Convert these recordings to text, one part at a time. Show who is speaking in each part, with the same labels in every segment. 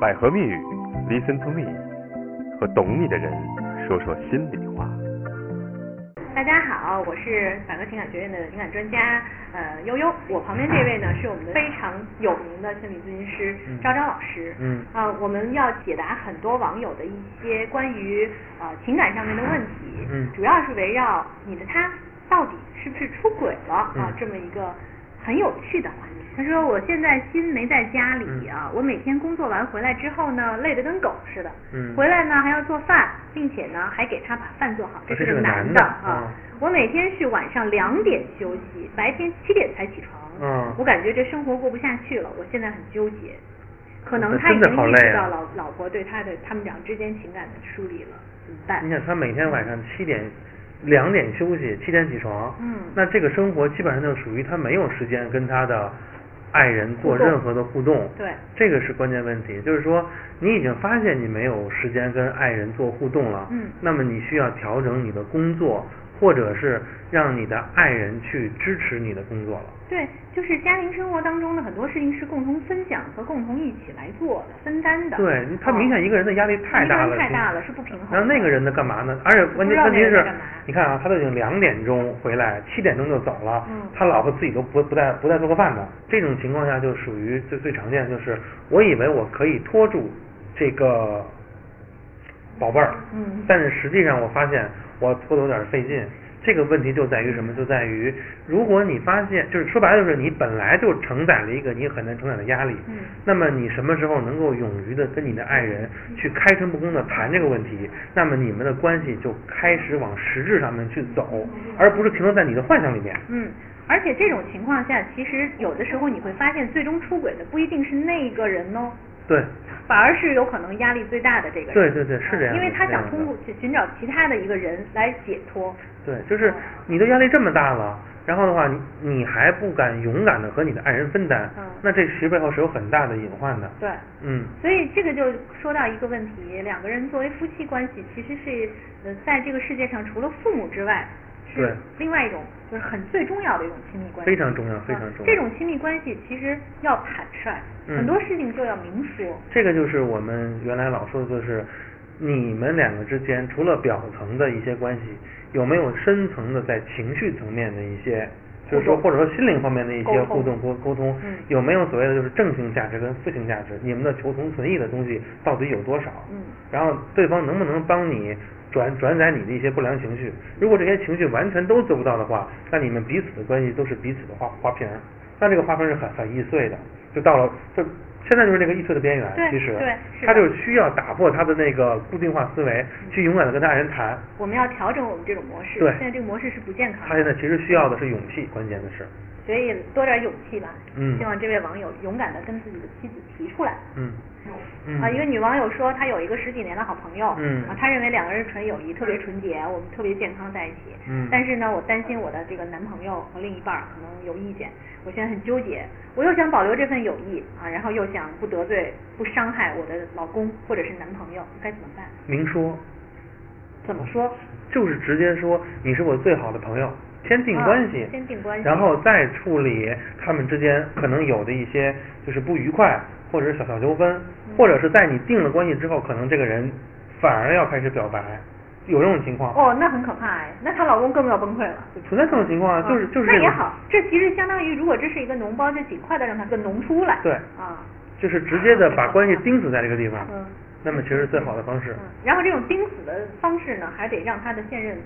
Speaker 1: 百合蜜语，Listen to me，和懂你的人说说心里话。
Speaker 2: 大家好，我是百合情感学院的情感专家呃悠悠，我旁边这位呢是我们
Speaker 3: 嗯
Speaker 2: 的非常有名的心理咨询师昭昭老师。
Speaker 3: 嗯
Speaker 2: 啊、我们要解答很多网友的一些关于呃情感上面的问题，
Speaker 3: 嗯
Speaker 2: 主要是围绕你的他到底是不是出轨了啊、
Speaker 3: 嗯
Speaker 2: 这么一个很有趣的话题。
Speaker 4: 他说我现在心没在家里啊，我每天工作完回来之后呢，累得跟狗似的。
Speaker 3: 嗯
Speaker 4: 回来呢还要做饭，并且呢还给他把饭做好，
Speaker 3: 这
Speaker 4: 是
Speaker 3: 是个
Speaker 4: 男
Speaker 3: 男
Speaker 4: 的
Speaker 3: 的
Speaker 4: 啊
Speaker 3: 啊。
Speaker 4: 我每天是晚上两点休息，白天七点才起床。
Speaker 3: 嗯
Speaker 4: 我感觉这生活过不下去了，我现在很纠结。可能
Speaker 3: 那
Speaker 4: 他已
Speaker 3: 真的
Speaker 4: 经
Speaker 3: 好
Speaker 4: 意
Speaker 3: 累
Speaker 4: 识
Speaker 3: 啊
Speaker 4: 到老老婆对他的他们俩之间情感的疏离了，怎么办
Speaker 3: 你？想他每天晚上七点、两点休息，七点起床，
Speaker 4: 嗯
Speaker 3: 那这个生活基本上就属于他没有时间跟他的爱人做
Speaker 4: 互动
Speaker 3: 任何的互动，
Speaker 4: 对
Speaker 3: 这个是关键问题，就是说你已经发现你没有时间跟爱人做互动了，
Speaker 4: 嗯
Speaker 3: 那么你需要调整你的工作，或者是让你的爱人去支持你的工作了。
Speaker 4: 对，就是家庭生活当中的很多事情是共同分享和共同一起来做的、分担的。哦啊
Speaker 3: 对他明显一个人的压力太大了，
Speaker 4: 一个人太大了是不平衡的。
Speaker 3: 那那个人的干嘛呢？而且
Speaker 4: 不
Speaker 3: 问
Speaker 4: 知
Speaker 3: 题
Speaker 4: 道
Speaker 3: 问题
Speaker 4: 那个人
Speaker 3: 是
Speaker 4: 在干嘛，
Speaker 3: 你看啊，他都已经两点钟回来，七点钟就走了，
Speaker 4: 嗯
Speaker 3: 他老婆自己都不不带不带做个饭的。这种情况下就属于最最常见，就是我以为我可以拖住这个宝贝儿，
Speaker 4: 嗯
Speaker 3: 但是实际上我发现我拖得有点费劲。这个问题就在于什么？就在于如果你发现，就是说白了，就是你本来就承载了一个你很难承载的压力，
Speaker 4: 嗯
Speaker 3: 那么你什么时候能够勇于的跟你的爱人去开诚布公的谈这个问题，那么你们的关系就开始往实质上面去走，而不是停留在你的幻想里面。
Speaker 4: 嗯，而且这种情况下，其实有的时候你会发现，最终出轨的不一定是那一个人哦，
Speaker 3: 对，
Speaker 4: 反而是有可能压力最大的这个人。嗯
Speaker 3: 对对对是这样的
Speaker 4: 因为他
Speaker 3: 是这样
Speaker 4: 想
Speaker 3: 的
Speaker 4: 通过去寻找其他的一个人来解脱。
Speaker 3: 对，就是你的压力这么大了，然后的话，你你还不敢勇敢的和你的爱人分担，
Speaker 4: 嗯
Speaker 3: 那这其实背后是有很大的隐患的。
Speaker 4: 对
Speaker 3: 嗯，
Speaker 4: 所以这个就说到一个问题，两个人作为夫妻关系，其实是呃，在这个世界上除了父母之外，
Speaker 3: 对
Speaker 4: 是另外一种就是很最重要的一种亲密关系，
Speaker 3: 非常重要
Speaker 4: 啊
Speaker 3: 非常重要
Speaker 4: 这种亲密关系其实要坦率，
Speaker 3: 嗯
Speaker 4: 很多事情就要明说。
Speaker 3: 这个就是我们原来老说的，就是你们两个之间除了表层的一些关系，有没有深层的在情绪层面的一些，就是说
Speaker 4: 互
Speaker 3: 或
Speaker 4: 动
Speaker 3: 者说心灵方面的一些
Speaker 4: 沟通
Speaker 3: 互动沟沟通
Speaker 4: 嗯，
Speaker 3: 有没有所谓的就是正性价值跟负性价值，你们的求同存异的东西到底有多少？
Speaker 4: 嗯
Speaker 3: 然后对方能不能帮你转转载你的一些不良情绪？如果这些情绪完全都做不到的话，那你们彼此的关系都是彼此的花花瓶儿，那这个花瓶儿是很很易碎的，就到了就现在就是那个易碎的边缘。
Speaker 4: 对
Speaker 3: 其实
Speaker 4: 对是
Speaker 3: 他
Speaker 4: 的
Speaker 3: 就是嗯需要打破他的那个固定化思维，去勇敢的跟他爱人谈。
Speaker 4: 我们要调整我们这种模式。
Speaker 3: 对
Speaker 4: 现在这个模式是不健康
Speaker 3: 他现
Speaker 4: 的，
Speaker 3: 在其实需要的是勇气，关键的是，
Speaker 4: 所以多点勇气吧。
Speaker 3: 嗯
Speaker 4: 希望这位网友勇敢的跟自己的妻子提出来。
Speaker 3: 嗯嗯
Speaker 4: 啊，一个女网友说她有一个十几年的好朋友，
Speaker 3: 嗯
Speaker 4: 啊，她认为两个人纯友谊特别纯洁，我们特别健康在一起，
Speaker 3: 嗯
Speaker 4: 但是呢，我担心我的这个男朋友和另一半儿可能有意见，我现在很纠结，我又想保留这份友谊啊，然后又想不得罪、不伤害我的老公或者是男朋友，该怎么办？
Speaker 3: 明说，
Speaker 4: 怎么说？
Speaker 3: 就是直接说你是我最好的朋友，先定
Speaker 4: 啊
Speaker 3: 关系，
Speaker 4: 先定关系
Speaker 3: 然后再处理他们之间可能有的一些就是不愉快或者是小小纠纷，或者是在你定了关系之后，可能这个人反而要开始表白，有这种情况。
Speaker 4: 哦，那很可怕哎，那她老公更要崩溃了。嗯
Speaker 3: 存在这种情况啊，就是就是
Speaker 4: 那
Speaker 3: 这
Speaker 4: 也
Speaker 3: 种
Speaker 4: 好，这其实相当于如果这是一个脓包，就尽快的让它个脓出来。
Speaker 3: 对
Speaker 4: 啊，
Speaker 3: 就是直接的把关系钉死在这个地方，
Speaker 4: 嗯
Speaker 3: 那么其实是最好的方式。
Speaker 4: 嗯，然后这种钉死的方式呢，还得让她的现任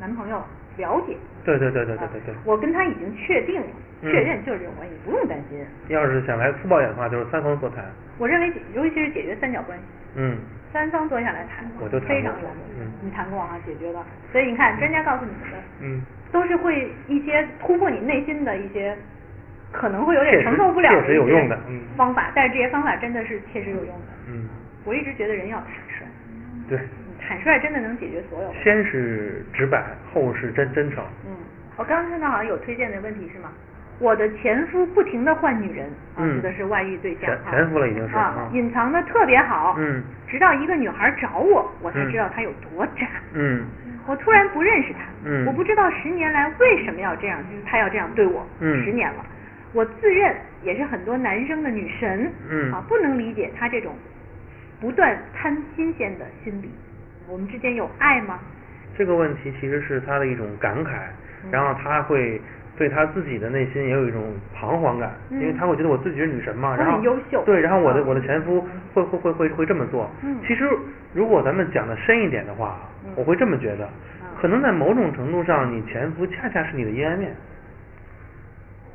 Speaker 4: 男朋友了解。
Speaker 3: 对对对对对
Speaker 4: 啊
Speaker 3: 对对。
Speaker 4: 我跟他已经确定了，
Speaker 3: 嗯
Speaker 4: 确认就是这种关系，不用担心。
Speaker 3: 要是想来粗暴一点的话，就是三方座谈。
Speaker 4: 我认为解，尤其是解决三角关系，
Speaker 3: 嗯，
Speaker 4: 三方坐下来谈，
Speaker 3: 我就谈
Speaker 4: 非常有
Speaker 3: 过
Speaker 4: 用。
Speaker 3: 嗯
Speaker 4: 你谈过啊，解决了。所以你看，专家告诉你们的，
Speaker 3: 嗯，
Speaker 4: 都是会一些突破你内心的一些，可能会有点
Speaker 3: 确实
Speaker 4: 承受不了
Speaker 3: 确
Speaker 4: 的
Speaker 3: 实有
Speaker 4: 一
Speaker 3: 用
Speaker 4: 些
Speaker 3: 的嗯
Speaker 4: 方法，但是这些方法真的是切实有用的。
Speaker 3: 嗯，
Speaker 4: 我一直觉得人要坦率，嗯
Speaker 3: 对，
Speaker 4: 坦率真的能解决所有问题。
Speaker 3: 先是直白，后是真真诚。
Speaker 4: 嗯，我刚刚看到好像有推荐的问题是吗？我的前夫不停的换女人，啊，
Speaker 3: 嗯
Speaker 4: 指的是外遇对象
Speaker 3: 前
Speaker 4: 啊
Speaker 3: 前夫了已经是
Speaker 4: 啊
Speaker 3: 啊，
Speaker 4: 隐藏的特别好，
Speaker 3: 嗯
Speaker 4: 直到一个女孩找我，我才
Speaker 3: 嗯
Speaker 4: 知道他有多渣，
Speaker 3: 嗯
Speaker 4: 我突然不认识他，
Speaker 3: 嗯
Speaker 4: 我不知道十年来为什么要这样，他要这样对我，
Speaker 3: 嗯
Speaker 4: 十年了，我自认也是很多男生的女神，
Speaker 3: 嗯
Speaker 4: 啊，不能理解他这种不断贪新鲜的心理。我们之间有爱吗？
Speaker 3: 这个问题其实是他的一种感慨，
Speaker 4: 嗯
Speaker 3: 然后他会对他自己的内心也有一种彷徨感，
Speaker 4: 嗯
Speaker 3: 因为他会觉得我自己是女神嘛，
Speaker 4: 我
Speaker 3: 然后
Speaker 4: 很优秀
Speaker 3: 对，然后我的
Speaker 4: 嗯
Speaker 3: 我的前夫会会会会会这么做。
Speaker 4: 嗯
Speaker 3: 其实如果咱们讲的深一点的话
Speaker 4: 嗯，
Speaker 3: 我会这么觉得，可能在某种程度上，你前夫恰恰是你的阴暗面，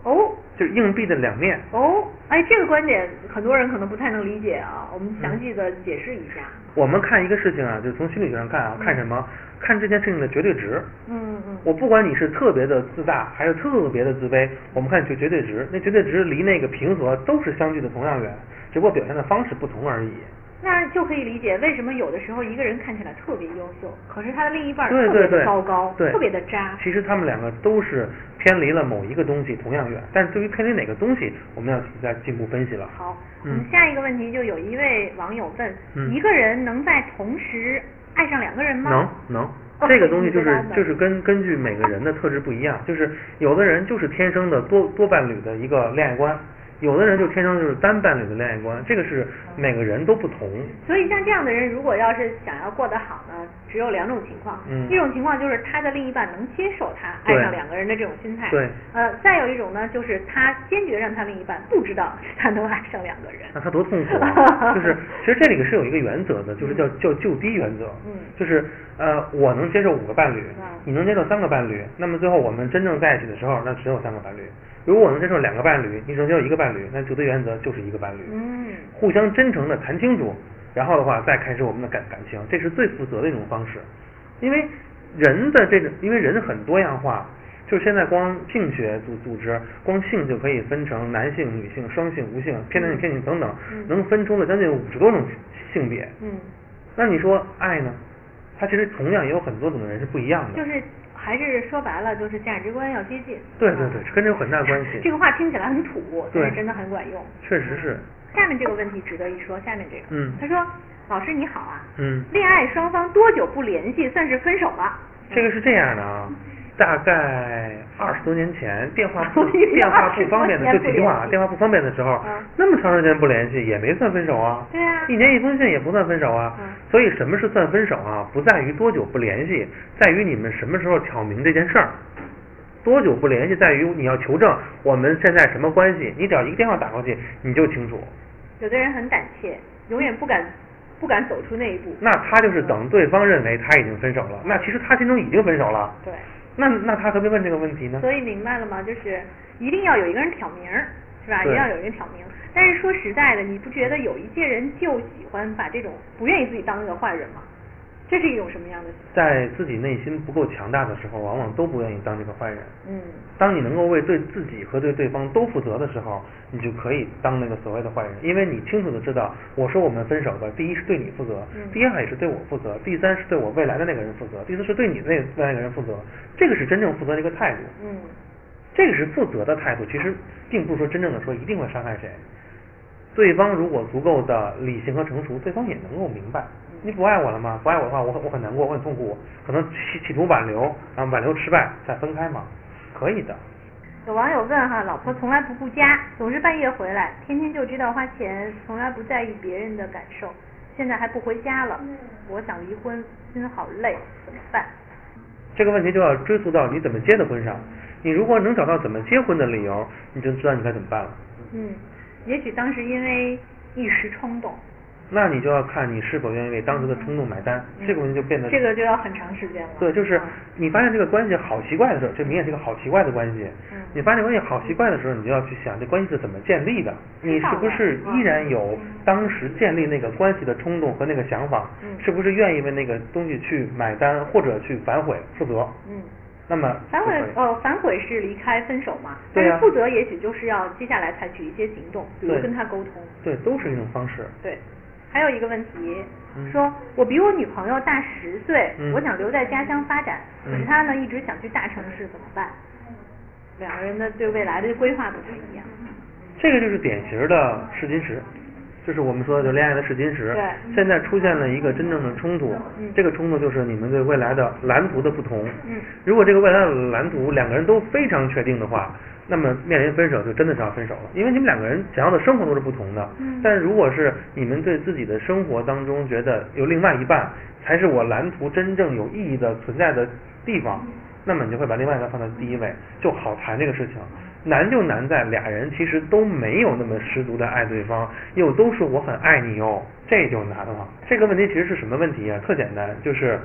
Speaker 4: 哦
Speaker 3: 就是硬币的两面。
Speaker 4: 哦，哎，这个观点很多人可能不太能理解啊，我们详细的解释一下。
Speaker 3: 我们看一个事情啊，就从心理学上看啊，看什么？看这件事情的绝对值。
Speaker 4: 嗯嗯
Speaker 3: 我不管你是特别的自大，还是特别的自卑，我们看绝绝对值，那绝对值离那个平和都是相距的同样远，只不过表现的方式不同而已。
Speaker 4: 那就可以理解为什么有的时候一个人看起来特别优秀，可是他的另一半
Speaker 3: 对
Speaker 4: 特别
Speaker 3: 对
Speaker 4: 的
Speaker 3: 对，
Speaker 4: 糟糕，
Speaker 3: 对，
Speaker 4: 特别的渣。
Speaker 3: 其实他们两个都是偏离了某一个东西同样远，但是对于偏离哪个东西，我们要再进一步分析了。
Speaker 4: 好，我
Speaker 3: 嗯
Speaker 4: 们下一个问题就有一位网友问：
Speaker 3: 嗯
Speaker 4: 一个人能在同时爱上两个人吗？
Speaker 3: 能能
Speaker 4: 哦，
Speaker 3: 这个东西就是
Speaker 4: 你知道的
Speaker 3: 就是根根据每个人的特质不一样，就是有的人就是天生的多多伴侣的一个恋爱观，有的人就天生就是单伴侣的恋爱观，这个是每个人都不同。
Speaker 4: 所以像这样的人，如果要是想要过得好呢，只有两种情况。
Speaker 3: 嗯
Speaker 4: 一种情况就是他的另一半能接受他爱
Speaker 3: 对
Speaker 4: 上两个人的这种心态。
Speaker 3: 对
Speaker 4: 呃，再有一种呢，就是他坚决让他另一半不知道他能爱上两个人。
Speaker 3: 那他多痛苦 啊！就是其实这里是有一个原则的，就是叫叫就低原则。
Speaker 4: 嗯
Speaker 3: 就是呃，我能接受五个伴侣
Speaker 4: 嗯，
Speaker 3: 你能接受三个伴侣，那么最后我们真正在一起的时候，那只有三个伴侣。如果我能接受两个伴侣，你只能接受一个伴侣，那就低原则就是一个伴侣。
Speaker 4: 嗯
Speaker 3: 互相真诚的谈清楚，然后的话再开始我们的感感情，这是最负责的一种方式。因为人的这个，因为人很多样化，就是现在光性学组组织，光性就可以分成男性、女性、双性、无性、偏男性、偏女等等，能分出了将近五十多种性别。
Speaker 4: 嗯，
Speaker 3: 那你说爱呢？它其实同样也有很多种人是不一样的。
Speaker 4: 就是还是说白了，就是价值观要接近。
Speaker 3: 对对
Speaker 4: 啊
Speaker 3: 对跟这有很大关系
Speaker 4: 这个话听起来很土，但是
Speaker 3: 对
Speaker 4: 真的很管用。
Speaker 3: 确实是。
Speaker 4: 下面这个问题值得一说，下面这个，
Speaker 3: 嗯
Speaker 4: 他说：“老师你好啊，
Speaker 3: 嗯
Speaker 4: 恋爱双方多久不联系算是分手了？”
Speaker 3: 这个是这样的
Speaker 4: 嗯
Speaker 3: 啊，大概二十多年前电话 不
Speaker 4: 我以为
Speaker 3: 电话不方便的，就
Speaker 4: 20多年不
Speaker 3: 几句话
Speaker 4: 联
Speaker 3: 啊，
Speaker 4: 系
Speaker 3: 电话不方便的时候
Speaker 4: 嗯，
Speaker 3: 那么长时间不联系也没算分手啊。
Speaker 4: 对啊
Speaker 3: 一年一封信也不算分手啊
Speaker 4: 嗯。
Speaker 3: 所以什么是算分手啊？不在于多久不联系，在于你们什么时候挑明这件事儿。多久不联系，在于你要求证我们现在什么关系。你只要一个电话打过去，你就清楚。
Speaker 4: 有的人很胆怯，永远不敢不敢走出那一步。
Speaker 3: 那他就是等对方认为他已经分手了，那其实他心中已经分手了。
Speaker 4: 对，
Speaker 3: 那那他何必问这个问题呢？
Speaker 4: 所以明白了吗？就是一定要有一个人挑明儿，是吧？一
Speaker 3: 对
Speaker 4: 定要有一个人挑明。但是说实在的，你不觉得有一些人就喜欢把这种不愿意自己当一个坏人吗？这是一种什么样的？
Speaker 3: 在自己内心不够强大的时候，往往都不愿意当这个坏人。
Speaker 4: 嗯，
Speaker 3: 当你能够为对自己和对对方都负责的时候，你就可以当那个所谓的坏人，因为你清楚的知道，我说我们分手吧，第一是对你负责，
Speaker 4: 嗯
Speaker 3: 第二也是对我负责，第三是对我未来的那个人负责，第四是对你那未来那个人负责，这个是真正负责的一个态度。
Speaker 4: 嗯，
Speaker 3: 这个是负责的态度，其实并不是说真正的说一定会伤害谁。对方如果足够的理性和成熟，对方也能够明白，你不爱我了吗？不爱我的话，我很我很难过，我很痛苦，可能企企图挽留，然后挽留失败，再分开嘛，可以的。
Speaker 4: 有网友问哈，老婆从来不顾家，总是半夜回来，天天就知道花钱，从来不在意别人的感受，现在还不回家了，
Speaker 3: 嗯
Speaker 4: 我想离婚，心好累，怎么办？
Speaker 3: 这个问题就要追溯到你怎么结的婚上。你如果能找到怎么结婚的理由，你就知道你该怎么办了。
Speaker 4: 嗯，也许当时因为一时冲动，
Speaker 3: 那你就要看你是否愿意为当时的冲动买单，这个问题就变得
Speaker 4: 嗯这个就要很长时间了。
Speaker 3: 对，就是
Speaker 4: 嗯
Speaker 3: 你发现这个关系好奇怪的时候，这明显是个好奇怪的关系
Speaker 4: 嗯。
Speaker 3: 你发现关系好奇怪的时候，你就要去想这关系是怎么建立的，你是不是
Speaker 4: 嗯
Speaker 3: 依然有当时建立那个关系的冲动和那个想法
Speaker 4: 嗯，
Speaker 3: 是不是愿意为那个东西去买单或者去反悔负责？
Speaker 4: 嗯，
Speaker 3: 那么
Speaker 4: 反悔
Speaker 3: 就可以
Speaker 4: 呃，反悔是离开分手嘛，但
Speaker 3: 对
Speaker 4: 是
Speaker 3: 呀
Speaker 4: 负责也许就是要接下来采取一些行动，比如
Speaker 3: 对
Speaker 4: 跟他沟通。
Speaker 3: 对，都是一种方式。
Speaker 4: 对，还有一个问题，
Speaker 3: 嗯
Speaker 4: 说我比我女朋友大十岁，
Speaker 3: 嗯
Speaker 4: 我想留在家乡发展，
Speaker 3: 嗯
Speaker 4: 可是她呢一直想去大城市，怎么办？两个人的对未来的规划不太一样。
Speaker 3: 这个就是典型的试金石，就是我们说的就恋爱的试金石。
Speaker 4: 对
Speaker 3: 现在出现了一个真正的冲突，
Speaker 4: 嗯
Speaker 3: 这个冲突就是你们对未来的蓝图的不同。
Speaker 4: 嗯
Speaker 3: 如果这个未来的蓝图两个人都非常确定的话，那么面临分手就真的是要分手了，因为你们两个人想要的生活都是不同的。
Speaker 4: 嗯
Speaker 3: 但如果是你们对自己的生活当中觉得有另外一半才是我蓝图真正有意义的存在的地方，那么你就会把另外一半放在第一位，就好谈这个事情。难就难在俩人其实都没有那么十足的爱对方，又都说我很爱你哦，这就难了。这个问题其实是什么问题啊？特简单，就是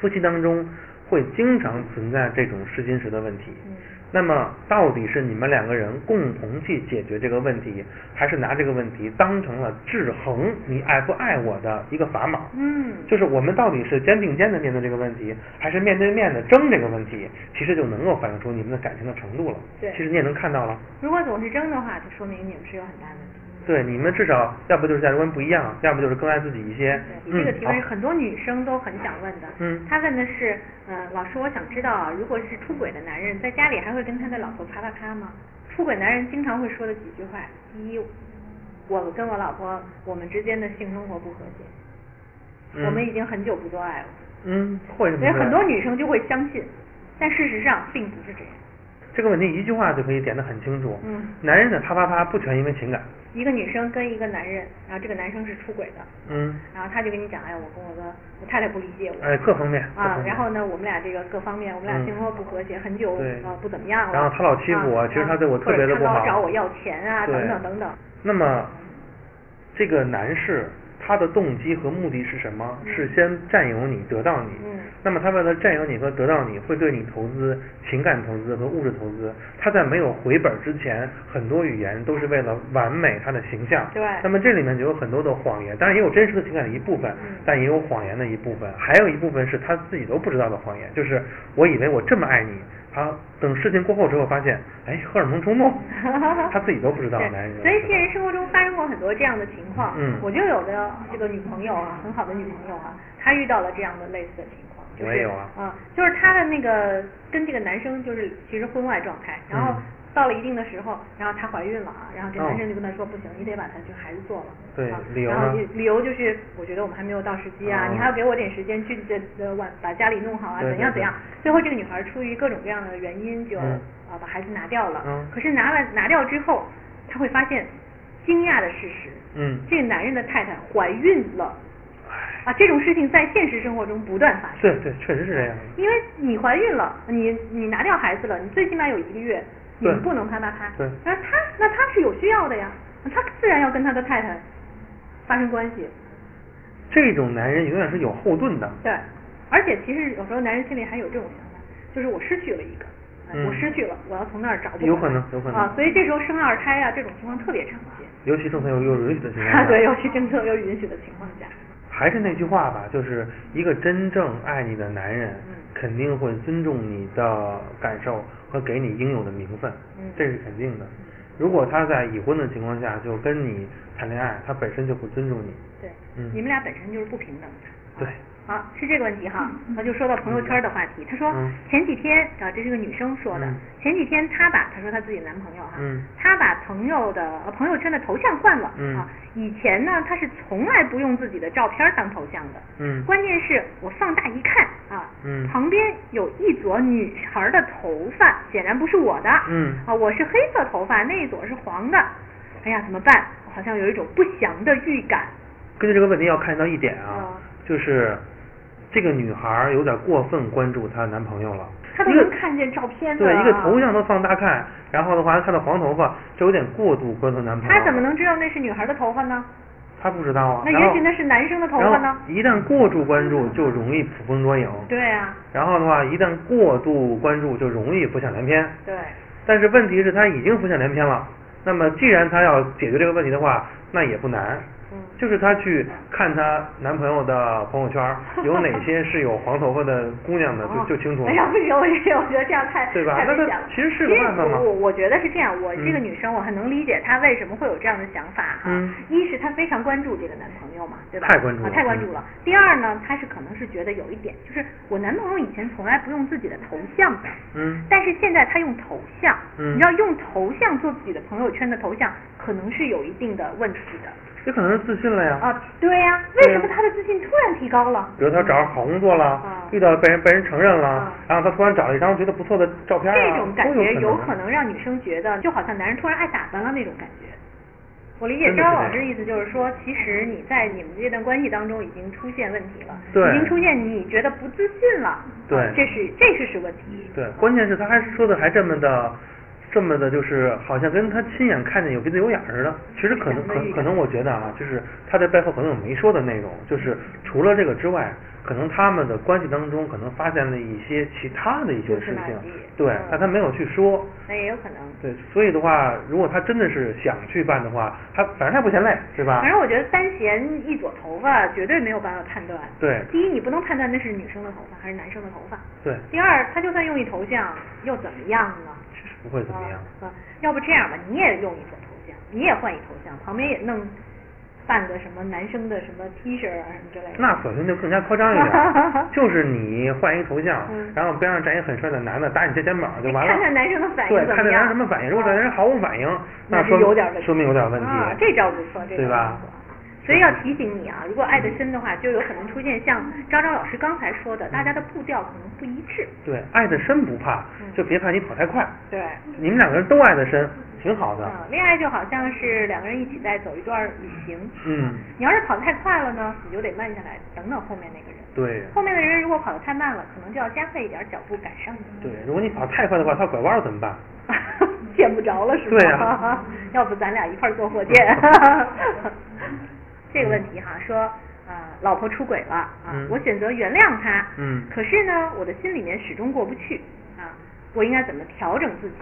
Speaker 3: 夫妻当中会经常存在这种试金石的问题。
Speaker 4: 嗯
Speaker 3: 那么，到底是你们两个人共同去解决这个问题，还是拿这个问题当成了制衡你爱不爱我的一个砝码？
Speaker 4: 嗯
Speaker 3: 就是我们到底是肩并肩的面对这个问题，还是面对面的争这个问题？其实就能够反映出你们的感情的程度了。
Speaker 4: 对
Speaker 3: 其实你也能看到了。
Speaker 4: 如果总是争的话，就说明你们是有很大问题。
Speaker 3: 对，你们至少要不就是价值观不一样，要不就是更爱自己一些。
Speaker 4: 你这个提问
Speaker 3: 嗯
Speaker 4: 是很多女生都很想问的。
Speaker 3: 嗯
Speaker 4: 她问的是，呃，老师，我想知道啊，如果是出轨的男人，在家里还会跟他的老婆啪啪啪吗？出轨男人经常会说的几句话，第一，我跟我老婆我们之间的性生活不和谐，
Speaker 3: 嗯
Speaker 4: 我们已经很久不做爱了，
Speaker 3: 嗯，会什么
Speaker 4: 所以
Speaker 3: 会？
Speaker 4: 很多女生就会相信，但事实上并不是这样。
Speaker 3: 这个问题一句话就可以点得很清楚。
Speaker 4: 嗯
Speaker 3: 男人的啪啪啪不全因为情感。
Speaker 4: 一个女生跟一个男人，然后这个男生是出轨的，
Speaker 3: 嗯，
Speaker 4: 然后他就跟你讲，哎，我跟我的我太太不理解我，
Speaker 3: 哎，各方面。各方
Speaker 4: 啊，
Speaker 3: 面
Speaker 4: 然后呢，我们俩这个各方面，我们俩
Speaker 3: 嗯
Speaker 4: 性生活不和谐，很久
Speaker 3: 对
Speaker 4: 呃不怎么样了。
Speaker 3: 然后他老欺负我
Speaker 4: 啊
Speaker 3: 其实他对我
Speaker 4: 啊
Speaker 3: 特别的不
Speaker 4: 或者
Speaker 3: 好
Speaker 4: 他老找我要钱啊，
Speaker 3: 对
Speaker 4: 等等等等。
Speaker 3: 那么，这个男士他的动机和目的是什么？
Speaker 4: 嗯
Speaker 3: 是先占有你，得到你。
Speaker 4: 嗯
Speaker 3: 那么他为了占有你和得到你，会对你投资情感投资和物质投资。他在没有回本之前，很多语言都是为了完美他的形象。
Speaker 4: 对
Speaker 3: 那么这里面就有很多的谎言，当然也有真实的情感的一部分，
Speaker 4: 嗯，
Speaker 3: 但也有谎言的一部分，还有一部分是他自己都不知道的谎言，就是我以为我这么爱你。他等事情过后之后发现，哎，荷尔蒙冲动 他自己都不知道
Speaker 4: 对
Speaker 3: 男人。
Speaker 4: 所以现实生活中发生过很多这样的情况。
Speaker 3: 嗯
Speaker 4: 我就有的这个女朋友啊，很好的女朋友啊，她遇到了这样的类似的情况。就是、
Speaker 3: 我也有啊
Speaker 4: 就是她的那个跟这个男生就是其实婚外状态，然后
Speaker 3: 嗯
Speaker 4: 到了一定的时候，然后她怀孕了啊，然后这男
Speaker 3: 哦
Speaker 4: 生就跟她说、不行，你得把她这孩子做了。
Speaker 3: 对
Speaker 4: 啊
Speaker 3: 理由
Speaker 4: 然后
Speaker 3: 呢
Speaker 4: 理理由就是我觉得我们还没有到时机啊，
Speaker 3: 哦
Speaker 4: 你还要给我点时间去这呃晚把家里弄好啊，
Speaker 3: 对
Speaker 4: 怎样怎
Speaker 3: 对对
Speaker 4: 样。最后这个女孩出于各种各样的原因就、
Speaker 3: 嗯
Speaker 4: 啊把孩子拿掉了。
Speaker 3: 嗯
Speaker 4: 可是拿了拿掉之后，她会发现惊讶的事实，
Speaker 3: 嗯
Speaker 4: 这个男人的太太怀孕了。啊，这种事情在现实生活中不断发生。
Speaker 3: 对对，确实是这样的。
Speaker 4: 因为你怀孕了，你你拿掉孩子了，你最起码有一个月，你
Speaker 3: 对
Speaker 4: 不能啪啪啪。
Speaker 3: 对
Speaker 4: 那他那他是有需要的呀，他自然要跟他的太太发生关系。
Speaker 3: 这种男人永远是有后盾的。
Speaker 4: 对，而且其实有时候男人心里还有这种想法，就是我失去了一个，哎
Speaker 3: 嗯
Speaker 4: 我失去了，我要从那儿找补回来。
Speaker 3: 有可能有可能
Speaker 4: 啊，所以这时候生二胎啊，这种情况特别常见。
Speaker 3: 尤其政策又又允许的情况下，
Speaker 4: 啊， 对，尤其政策又允许的情况下。
Speaker 3: 还是那句话吧，就是一个真正爱你的男人
Speaker 4: 嗯，
Speaker 3: 肯定会尊重你的感受和给你应有的名分
Speaker 4: 嗯，
Speaker 3: 这是肯定的。如果他在已婚的情况下就跟你谈恋爱，他本身就不尊重你。
Speaker 4: 对，
Speaker 3: 嗯
Speaker 4: 你们俩本身就是不平等的。
Speaker 3: 对
Speaker 4: 啊。好，是这个问题哈，那就说到朋友圈的话题。她说
Speaker 3: 嗯
Speaker 4: 前几天啊，这是个女生说的
Speaker 3: 嗯，
Speaker 4: 前几天她把她说她自己男朋友哈
Speaker 3: 嗯，
Speaker 4: 她把朋友的呃朋友圈的头像换了
Speaker 3: 嗯
Speaker 4: 啊。以前呢，她是从来不用自己的照片当头像的。
Speaker 3: 嗯
Speaker 4: 关键是我放大一看啊，
Speaker 3: 嗯
Speaker 4: 旁边有一撮女孩的头发，显然不是我的。
Speaker 3: 嗯
Speaker 4: 啊，我是黑色头发，那一撮是黄的。哎呀，怎么办？我好像有一种不祥的预感。
Speaker 3: 根据这个问题要看到一点
Speaker 4: 嗯
Speaker 3: 啊，就是这个女孩儿有点过分关注她男朋友了。
Speaker 4: 她都
Speaker 3: 一个
Speaker 4: 能看见照片的
Speaker 3: 对，一个
Speaker 4: 啊
Speaker 3: 头像都放大看，然后的话看到黄头发，这有点过度关注男朋友。
Speaker 4: 她怎么？能知道那是女孩的头发呢？
Speaker 3: 她不知道啊。
Speaker 4: 那
Speaker 3: 然
Speaker 4: 也
Speaker 3: 后
Speaker 4: 许那是男生的头发呢
Speaker 3: 然后一旦过度关注，就容易捕风捉影。。
Speaker 4: 对啊，
Speaker 3: 然后的话，一旦过度关注，就容易浮想联翩。
Speaker 4: 对。
Speaker 3: 但是问题是，他已经浮想联翩了。那么，既然她要解决这个问题的话，那也不难。
Speaker 4: 嗯
Speaker 3: 就是她去看她男朋友的朋友 圈儿，有哪些是有黄头发的姑娘的，
Speaker 4: 哦
Speaker 3: 就就清楚了。
Speaker 4: 哎呀，不行，我觉得 我觉得这样太
Speaker 3: 对吧
Speaker 4: 太
Speaker 3: 那
Speaker 4: 危
Speaker 3: 她
Speaker 4: 险了。
Speaker 3: 其实是个办法嘛
Speaker 4: 我我觉得是这样，我这个
Speaker 3: 嗯
Speaker 4: 女生我很能理解她为什么会有这样的想法哈。
Speaker 3: 嗯
Speaker 4: 一是她非常关注这个男朋友嘛，对吧？
Speaker 3: 太关注
Speaker 4: 啊
Speaker 3: 了
Speaker 4: 太关注
Speaker 3: 嗯
Speaker 4: 了。第二呢，她是可能是觉得有一点，就是我男朋友以前从来不用自己的头像的。
Speaker 3: 嗯
Speaker 4: 但是现在他用头像，
Speaker 3: 嗯
Speaker 4: 你知道用头像做自己的朋友圈的头像，可能是有一定的问题的。
Speaker 3: 也可能是自信了呀。
Speaker 4: 啊，对呀、为什么
Speaker 3: 对呀
Speaker 4: 他的自信突然提高了？
Speaker 3: 比如他找着好工作了，
Speaker 4: 啊
Speaker 3: 遇到被人被人承认了，
Speaker 4: 啊
Speaker 3: 然后他突然找了一张觉得不错的照片、啊，
Speaker 4: 这种感
Speaker 3: 都
Speaker 4: 觉
Speaker 3: 有
Speaker 4: 有可
Speaker 3: 能。
Speaker 4: 能让女生觉得，就好像男人突然爱打扮了那种感觉。我理解
Speaker 3: 真的是
Speaker 4: 张
Speaker 3: 这
Speaker 4: 老
Speaker 3: 样
Speaker 4: 师的意思就是说，其实你在你们这段关系当中已经出现问题了，
Speaker 3: 对
Speaker 4: 已经出现你觉得不自信了，
Speaker 3: 对
Speaker 4: 啊这是这是是问题。
Speaker 3: 对，关键是他还说的还这么的，这么的，就是好像跟他亲眼看见有鼻子有眼儿似的。其实可能
Speaker 4: 非
Speaker 3: 可
Speaker 4: 常的预感
Speaker 3: 可能我觉得啊，就是他在背后可能有没说的内容，就是除了这个之外，可能他们的关系当中可能发现了一些其他的一些
Speaker 4: 蛛丝
Speaker 3: 事
Speaker 4: 马
Speaker 3: 情
Speaker 4: 迹，
Speaker 3: 对
Speaker 4: 嗯，
Speaker 3: 但他没有去说。
Speaker 4: 那也有可能。
Speaker 3: 对，所以的话，如果他真的是想去办的话，他反正他也不嫌累，对吧？
Speaker 4: 反正我觉得三弦一左头发绝对没有办法判断。
Speaker 3: 对
Speaker 4: 第一，你不能判断那是女生的头发还是男生的头发。
Speaker 3: 对，
Speaker 4: 第二，他就算用一头像又怎么样呢？
Speaker 3: 不会怎么样。
Speaker 4: 啊，要不这样吧，你也用一种头像，你也换一头像，旁边也弄办个什么男生的什么 T 恤啊什么之类的。
Speaker 3: 那索性就更加夸张一 点，就是你换一头像，然后边上站一很帅的男的，打你这肩膀就完
Speaker 4: 嗯
Speaker 3: 了。
Speaker 4: 看看男生的反应
Speaker 3: 对，
Speaker 4: 怎
Speaker 3: 看
Speaker 4: 么
Speaker 3: 看男生
Speaker 4: 样？嗯
Speaker 3: 什么反应。如果这男生毫无反应，
Speaker 4: 那
Speaker 3: 说
Speaker 4: 是有点问题，
Speaker 3: 说明有点问题
Speaker 4: 啊，。这招不错，这招
Speaker 3: 对吧
Speaker 4: 不错？所以要提醒你啊，如果爱得深的话，就有可能出现像张张老师刚才说的，大家的步调可能不一致。
Speaker 3: 对，爱的深不怕，
Speaker 4: 嗯
Speaker 3: 就别怕你跑太快。
Speaker 4: 对。
Speaker 3: 你们两个人都爱的深，挺好的。
Speaker 4: 嗯，恋爱就好像是两个人一起在走一段旅行。
Speaker 3: 嗯，
Speaker 4: 你要是跑得太快了呢，你就得慢下来，等等后面那个人。
Speaker 3: 对
Speaker 4: 后面的人如果跑得太慢了，可能就要加快一点脚步赶上你，
Speaker 3: 对，如果你跑太快的话，他拐弯了怎么办？
Speaker 4: 见不着了是吧？
Speaker 3: 对啊呀
Speaker 4: 要不咱俩一块儿坐火 箭。这个问题哈，说呃，老婆出轨了啊，
Speaker 3: 嗯
Speaker 4: 我选择原谅她，
Speaker 3: 嗯
Speaker 4: 可是呢，我的心里面始终过不去啊，我应该怎么调整自己？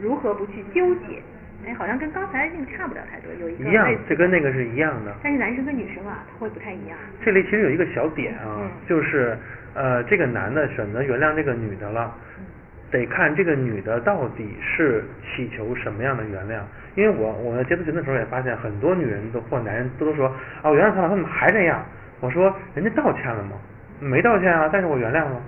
Speaker 4: 如何不去纠结？哎，好像跟刚才那个差不了太多，有一个
Speaker 3: 一样
Speaker 4: 类似，
Speaker 3: 这跟那个是一样的。
Speaker 4: 但是男生跟女生啊，他会不太一样。
Speaker 3: 这里其实有一个小点啊
Speaker 4: 嗯，
Speaker 3: 就是呃，这个男的选择原谅这个女的了，
Speaker 4: 嗯
Speaker 3: 得看这个女的到底是祈求什么样的原谅。因为我我接咨询的时候也发现，很多女人都或男人都说啊，我原谅他了，他怎么还这样？我说人家道歉了吗？没道歉啊，但是我原谅了。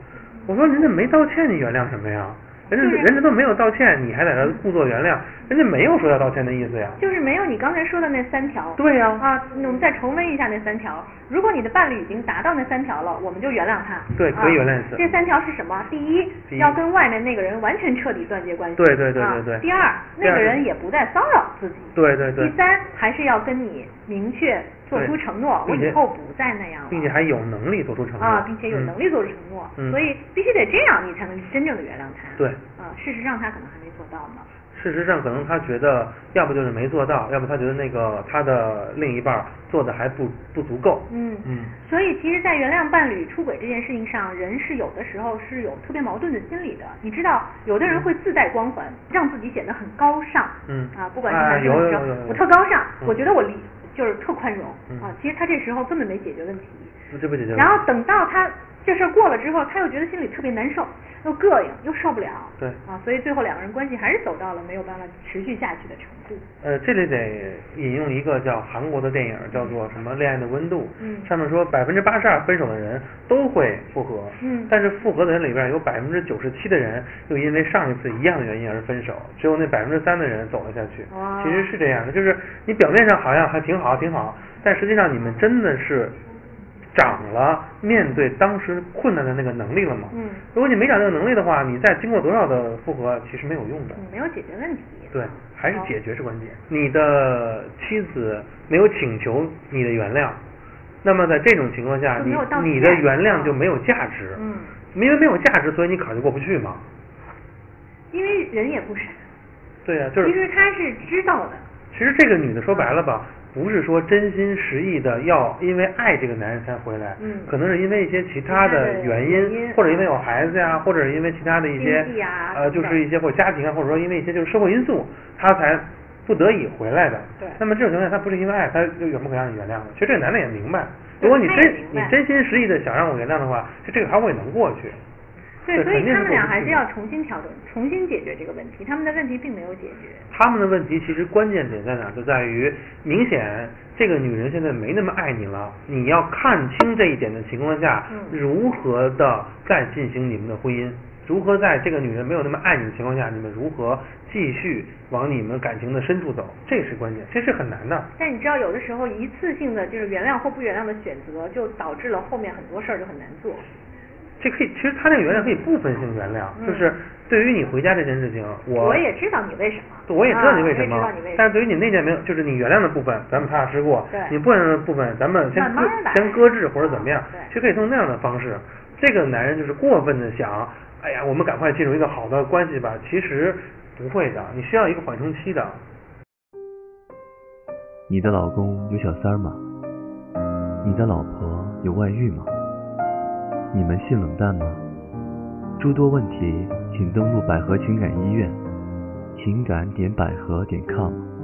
Speaker 3: 我说人家没道歉，你原谅什么呀？人家
Speaker 4: 嗯对呀
Speaker 3: 人家都没有道歉，你还在这故作原谅，人家没有说要道歉的意思呀。
Speaker 4: 就是没有你刚才说的那三条。
Speaker 3: 对呀
Speaker 4: 啊，那我们再重温一下那三条。如果你的伴侣已经达到那三条了，我们就原谅他。
Speaker 3: 对可以
Speaker 4: 啊
Speaker 3: 原谅一次
Speaker 4: 这三条是什么？第一，
Speaker 3: 第一
Speaker 4: 要跟外面那个人完全彻底断绝关系。
Speaker 3: 对对对
Speaker 4: 啊
Speaker 3: 对对
Speaker 4: 第二，
Speaker 3: 第二
Speaker 4: 那个
Speaker 3: 是
Speaker 4: 人也不再骚扰自己。
Speaker 3: 对对对
Speaker 4: 第三，还是要跟你明确做出
Speaker 3: 对
Speaker 4: 承诺，我
Speaker 3: 并且
Speaker 4: 以后不再那样了。
Speaker 3: 并且还有能力做出承诺
Speaker 4: 啊，并且有
Speaker 3: 嗯
Speaker 4: 能力做出承诺，
Speaker 3: 嗯
Speaker 4: 所以必须得这样，你才能真正的原谅他。
Speaker 3: 对
Speaker 4: 啊，事实上他可能还没做到呢。
Speaker 3: 嗯事实上，可能他觉得，要不就是没做到，要不他觉得那个他的另一半儿做的还不不足够。
Speaker 4: 嗯
Speaker 3: 嗯，
Speaker 4: 所以其实，在原谅伴侣出轨这件事情上，人是有的时候是有特别矛盾的心理的。你知道，有的人会自带光环，让自己显得很高尚。
Speaker 3: 嗯
Speaker 4: 啊，不管是
Speaker 3: 啊
Speaker 4: 男生
Speaker 3: 有
Speaker 4: 女
Speaker 3: 有有有
Speaker 4: 生，我特高尚，
Speaker 3: 嗯
Speaker 4: 我觉得我理就是特宽容
Speaker 3: 嗯
Speaker 4: 啊。其实他这时候根本没解决问题。
Speaker 3: 这不解决问题。
Speaker 4: 然后等到他这事儿过了之后，他又觉得心里特别难受，又膈应，又受不了。
Speaker 3: 对
Speaker 4: 啊，所以最后两个人关系还是走到了没有办法持续下去的程度。
Speaker 3: 呃，这里得引用一个叫韩国的电影，叫做什么《恋爱的温度》。
Speaker 4: 嗯
Speaker 3: 上面说百分之八十二分手的人都会复合。
Speaker 4: 嗯
Speaker 3: 但是复合的人里边有百分之九十七的人又因为上一次一样的原因而分手，只有那百分之三的人走了下去。
Speaker 4: 哇
Speaker 3: 其实是这样的，就是你表面上好像还挺好，挺好，但实际上你们真的是。长了面对当时困难的那个能力了吗？
Speaker 4: 嗯
Speaker 3: 如果你没长这个能力的话，你再经过多少的复合，其实没有用的。
Speaker 4: 嗯，没有解决问题。
Speaker 3: 对，还是
Speaker 4: 好
Speaker 3: 解决是关键。你的妻子没有请求你的原谅，那么在这种情况下，
Speaker 4: 就没
Speaker 3: 你
Speaker 4: 有道歉
Speaker 3: 你的原谅就没有价值。
Speaker 4: 嗯，
Speaker 3: 因为没有价值，所以你考虑过不去嘛。
Speaker 4: 因为人也不 傻。
Speaker 3: 对呀、就是
Speaker 4: 其实他是知道的，
Speaker 3: 其实这个女的说白了吧，不是说真心实意的要因为爱这个男人才回来，
Speaker 4: 嗯
Speaker 3: 可能是因为一些其他的原因，
Speaker 4: 其他的原因嗯
Speaker 3: 或者因为有孩子呀、或者是因为其他的一些
Speaker 4: 经济啊
Speaker 3: 呃，
Speaker 4: 等
Speaker 3: 就
Speaker 4: 等
Speaker 3: 是一些或者家庭啊，或者说因为一些就是社会因素，他才不得已回来的。
Speaker 4: 对
Speaker 3: 那么这种情况下，他不是因为爱，他就远不可让你原谅的。其实这个男的也明白，如果你
Speaker 4: 对
Speaker 3: 真
Speaker 4: 他也明
Speaker 3: 你
Speaker 4: 白
Speaker 3: 真心实意的想让我原谅的话，就这个坎我也能过去。
Speaker 4: 对，所以
Speaker 3: 肯定
Speaker 4: 他
Speaker 3: 是
Speaker 4: 们
Speaker 3: 过
Speaker 4: 俩
Speaker 3: 不
Speaker 4: 还
Speaker 3: 去
Speaker 4: 是
Speaker 3: 的
Speaker 4: 要重新调整、重新解决这个问题。他们的问题并没有解决，
Speaker 3: 他们的问题其实关键点在哪儿？就在于明显这个女人现在没那么爱你了。你要看清这一点的情况下，
Speaker 4: 嗯
Speaker 3: 如何的再进行你们的婚姻。如何在这个女人没有那么爱你的情况下，你们如何继续往你们感情的深处走，这是关键，这是很难的。
Speaker 4: 但你知道，有的时候一次性的就是原谅或不原谅的选择，就导致了后面很多事儿就很难做。
Speaker 3: 这可以，其实他这个原谅可以部分性原谅，就是对于你回家这件事情，
Speaker 4: 嗯我也知道你为什么，
Speaker 3: 我也知道你为什么，
Speaker 4: 啊我也知道你为什么嗯
Speaker 3: 但是对于你那件没有，就是你原谅的部分，咱们踏踏实过；
Speaker 4: 对
Speaker 3: 你不原谅的部分，咱们先
Speaker 4: 慢
Speaker 3: 搁
Speaker 4: 慢来
Speaker 3: 先搁置或者怎么样，
Speaker 4: 对
Speaker 3: 其实可以通过那样的方式。这个男人就是过分的想，哎呀，我们赶快进入一个好的关系吧，其实不会的，你需要一个缓冲期的。
Speaker 5: 你的老公有小三儿吗？你的老婆有外遇吗？你们性冷淡吗？诸多问题，请登录百合情感医院，情感点百合点 com。